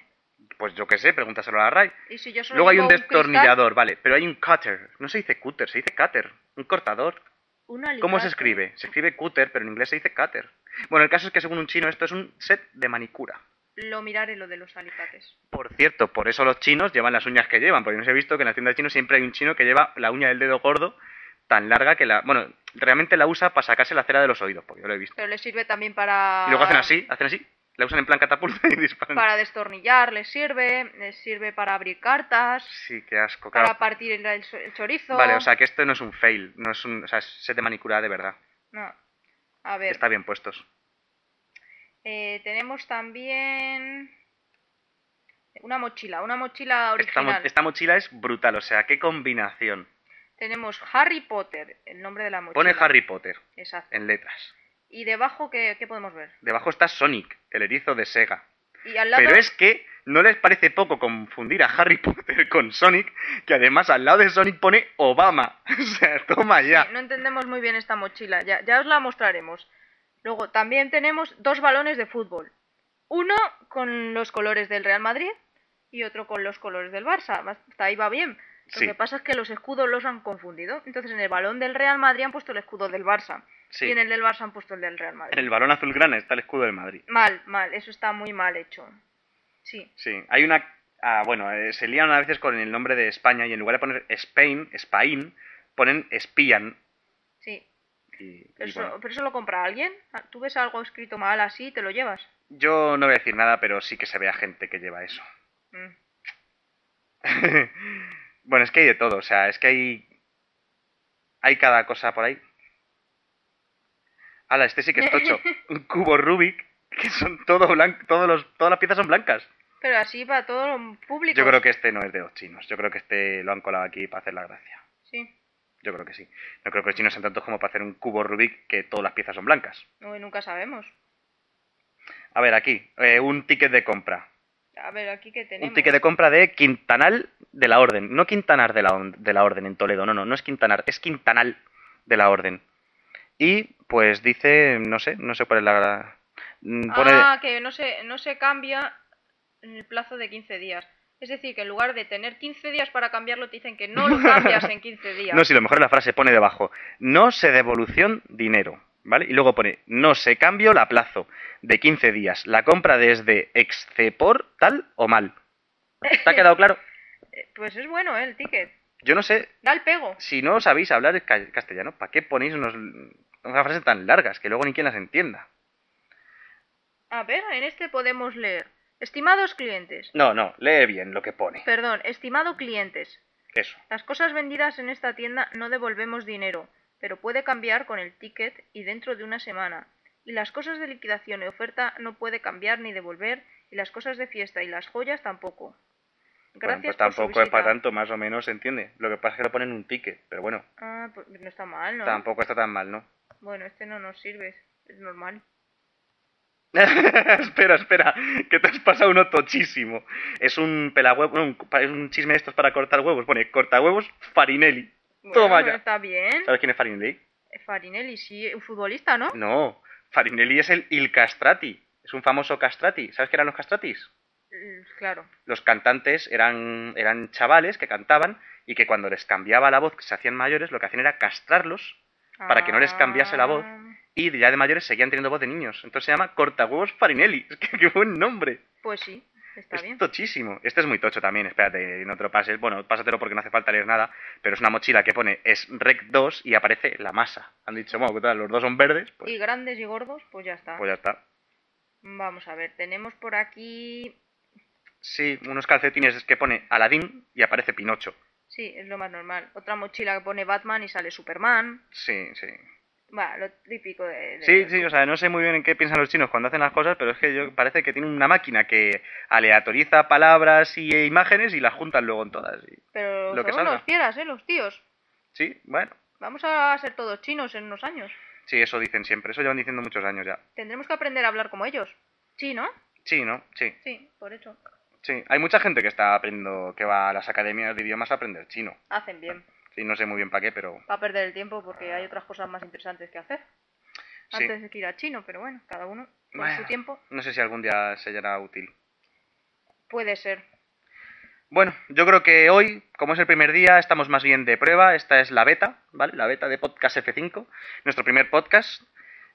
Pues yo qué sé, pregúntaselo a la RAI.
Y si yo solo
Luego hay
llevo
un
cristal,
destornillador, vale, pero hay un cutter. No se dice cutter, se dice cutter. Un cortador.
un alicate.
¿Cómo se escribe? Se escribe cutter, pero en inglés se dice cutter. Bueno, el caso es que según un chino esto es un set de manicura.
Lo miraré lo de los alicates.
Por cierto, por eso los chinos llevan las uñas que llevan, porque no se ha visto que en las tiendas chinas siempre hay un chino que lleva la uña del dedo gordo tan larga que la... Bueno, realmente la usa para sacarse la cera de los oídos, porque yo lo he visto.
Pero les sirve también para...
Y luego hacen así, hacen así, la usan en plan catapulta y [LAUGHS] disparan.
Para destornillar les sirve, les sirve para abrir cartas,
Sí, qué asco, claro.
para partir el, el cho- el chorizo.
Vale, o sea que esto no es un fail, no es un, o sea, es set de manicura de verdad.
No. A ver,
Está bien puestos.
eh, tenemos también una mochila, una mochila
Esta, mo-
original.
esta mochila es brutal, o sea, qué combinación.
Tenemos Harry Potter, el nombre de la mochila.
Pone Harry Potter
Exacto.
en letras.
Y debajo, ¿qué, qué podemos ver?
Debajo está Sonic, el erizo de Sega.
Y al lado...
Pero es que no les parece poco confundir a Harry [LAUGHS] Potter con Sonic, que además al lado de Sonic pone Obama. [LAUGHS] O sea, toma ya.
No entendemos muy bien esta mochila, ya, ya os la mostraremos. Luego, también tenemos dos balones de fútbol. Uno con los colores del Real Madrid y otro con los colores del Barça. Hasta ahí va bien. Lo
Sí.
que pasa es que los escudos los han confundido. Entonces, en el balón del Real Madrid han puesto el escudo del Barça.
Sí.
Y en el del Barça han puesto el del Real
En
Madrid.
el balón azulgrana está el escudo del Madrid.
Mal, mal. Eso está muy mal hecho. Sí.
Sí, hay una... Ah, bueno, eh, se lían a veces con el nombre de España y en lugar de poner Spain, Spain, ponen Spian.
Sí,
Y, y
pero eso,
bueno,
pero eso lo compra alguien. Ah, Tú ves algo escrito mal así, y te lo llevas.
yo no voy a decir nada, pero sí que se ve a gente que lleva eso.
Mm.
bueno, es que hay de todo, o sea, es que hay... Hay cada cosa por ahí. Ala, este sí que es tocho. Un cubo Rubik, que son todo blanco, todos los, todas las piezas son blancas.
Pero así para todo el público.
Yo creo que este no es de los chinos, yo creo que este lo han colado aquí para hacer la gracia.
Sí.
Yo creo que sí. No creo que los chinos sean tantos como para hacer un cubo Rubik que todas las piezas son blancas.
No, nunca sabemos.
A ver, aquí, eh, un ticket de compra.
A ver, aquí que tenemos.
Un ticket de compra de Quintanal de la Orden. No Quintanar de la, On- de la Orden en Toledo, no, no, no es Quintanar, es Quintanal de la Orden. Y pues dice, no sé, no sé cuál es la... mm, Pone,
Ah, que no se, no se cambia en el plazo de 15 días. Es decir, que en lugar de tener 15 días para cambiarlo, te dicen que
[LAUGHS]
no lo cambias en 15 días.
no, si lo mejor es la frase pone debajo, no se devolución dinero, ¿vale? Y luego pone, no se cambio la plazo de 15 días, la compra desde Excepor tal o mal. ¿Te ha quedado claro?
[LAUGHS] Eh, Pues es bueno, ¿eh? El ticket.
Yo no sé
Da el pego.
si no sabéis hablar ca- castellano, ¿para qué ponéis unos, unas frases tan largas que luego ni quien las entienda?
A ver, en este podemos leer. Estimados clientes.
No, no, lee bien lo que pone.
Perdón, estimado clientes.
Eso.
Las cosas vendidas en esta tienda no devolvemos dinero, pero puede cambiar con el ticket y dentro de una semana. Y las cosas de liquidación y oferta no puede cambiar ni devolver, y las cosas de fiesta y las joyas tampoco.
Bueno, pues
Gracias por su
tampoco es
visita.
para tanto, más o menos se entiende. Lo que pasa es que lo ponen en un ticket, pero bueno,
Ah, pues no está mal, ¿no?
tampoco está tan mal, ¿no? [LAUGHS]
Bueno, este no nos sirve, es normal.
espera, espera, que te has pasado uno tochísimo. Es un pelahuevo, un, es un chisme de estos para cortar huevos. Pone corta huevos Farinelli.
Bueno,
Toma
pero
ya.
está bien.
¿Sabes quién es Farinelli?
Farinelli, sí, un futbolista, ¿no?
No, Farinelli es el Il Castrati. Es un famoso castrati. ¿Sabes qué eran los castratis?
Eh, Claro.
Los cantantes eran, eran chavales que cantaban y que cuando les cambiaba la voz, que se hacían mayores, lo que hacían era castrarlos Para que no les cambiase la voz.
Ah,
y ya de mayores seguían teniendo voz de niños. Entonces se llama Cortahuevos Farinelli. [LAUGHS] Es que qué buen nombre.
Pues sí, está
es
bien.
tochísimo. Este es muy tocho también, espérate, no te lo pases. Bueno, pásatelo porque no hace falta leer nada, pero es una mochila que pone es Rec 2 y aparece la masa. Han dicho, bueno, ¿qué tal? Los dos son verdes, pues,
Y grandes y gordos, pues ya está.
pues ya está.
Vamos a ver, tenemos por aquí.
Sí, unos calcetines que pone Aladín y aparece Pinocho.
Sí, es lo más normal. Otra mochila que pone Batman y sale Superman.
Sí, sí.
Va, lo típico de. de-
Sí, sí, o sea, no sé muy bien en qué piensan los chinos cuando hacen las cosas, pero es que yo parece que tienen una máquina que aleatoriza palabras y eh, imágenes y las juntan luego en todas. y-
Pero
lo que
son
salga.
los fieras, ¿eh? Los tíos.
Sí, bueno.
Vamos a ser todos chinos en unos años.
Sí, eso dicen siempre, eso llevan diciendo muchos años ya.
Tendremos que aprender a hablar como ellos. Sí, ¿no?
Sí, ¿no? Sí.
Sí, por eso.
Sí, hay mucha gente que está aprendiendo, que va a las academias de idiomas a aprender chino.
Hacen bien.
Sí, no sé muy bien para qué, pero
Va a perder el tiempo porque hay otras cosas más interesantes que hacer.
Sí.
Antes de que ir a chino, pero bueno, cada uno con
Bueno.
su tiempo.
no sé si algún día se hará útil.
Puede ser.
Bueno, yo creo que hoy, como es el primer día, estamos más bien de prueba. Esta es la beta, ¿vale? La beta de Podcast F5, nuestro primer podcast.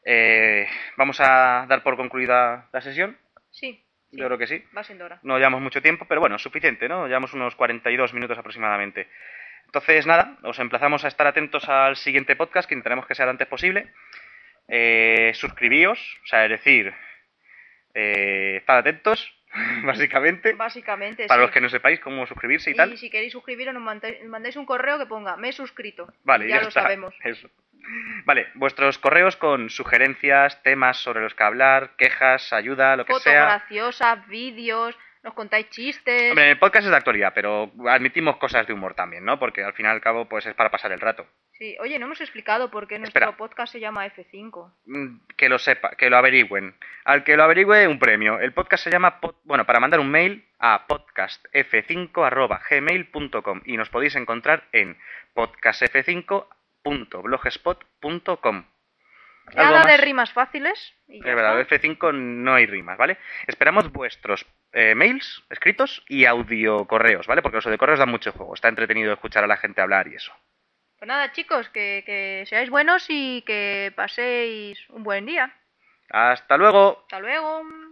Eh, vamos a dar por concluida la sesión.
Sí, sí,
Yo creo que sí.
va siendo hora.
No llevamos mucho tiempo, pero bueno, suficiente, ¿no? Llevamos unos 42 minutos aproximadamente. Entonces, nada, os emplazamos a estar atentos al siguiente podcast, que intentaremos que sea lo antes posible. Eh, suscribíos, o sea, es decir, eh, estad atentos, [LAUGHS] básicamente,
Básicamente,
para
sí.
los que no sepáis cómo suscribirse y,
Y
tal.
si queréis suscribiros, nos manda- mandáis, un correo que ponga me he suscrito.
Vale,
ya,
ya,
lo
está.
sabemos.
Eso. Vale, vuestros correos con sugerencias, temas sobre los que hablar, quejas, ayuda, lo que
Fotos
sea.
graciosas, vídeos, nos contáis chistes.
Hombre, el podcast es de actualidad, pero admitimos cosas de humor también, ¿no? Porque al fin y al cabo, pues es para pasar el rato.
Sí, oye, no hemos explicado por qué
Espera.
nuestro podcast se llama F5.
Mm, Que lo sepa, que lo averigüen. Al que lo averigüe, un premio. El podcast se llama, pod- bueno, para mandar un mail a podcastf5.gmail.com y nos podéis encontrar en podcastf5.blogspot.com.
Ya
¿Algo
habla de
más?
rimas fáciles. Y
Es
ya
Eh, verdad,
está.
F5 no hay rimas, ¿vale? Esperamos vuestros eh, mails escritos y audio correos, ¿vale? Porque los de correos dan mucho juego. Está entretenido escuchar a la gente hablar y eso.
Pues nada, chicos, que, que seáis buenos y que paséis un buen día.
Hasta luego.
Hasta luego.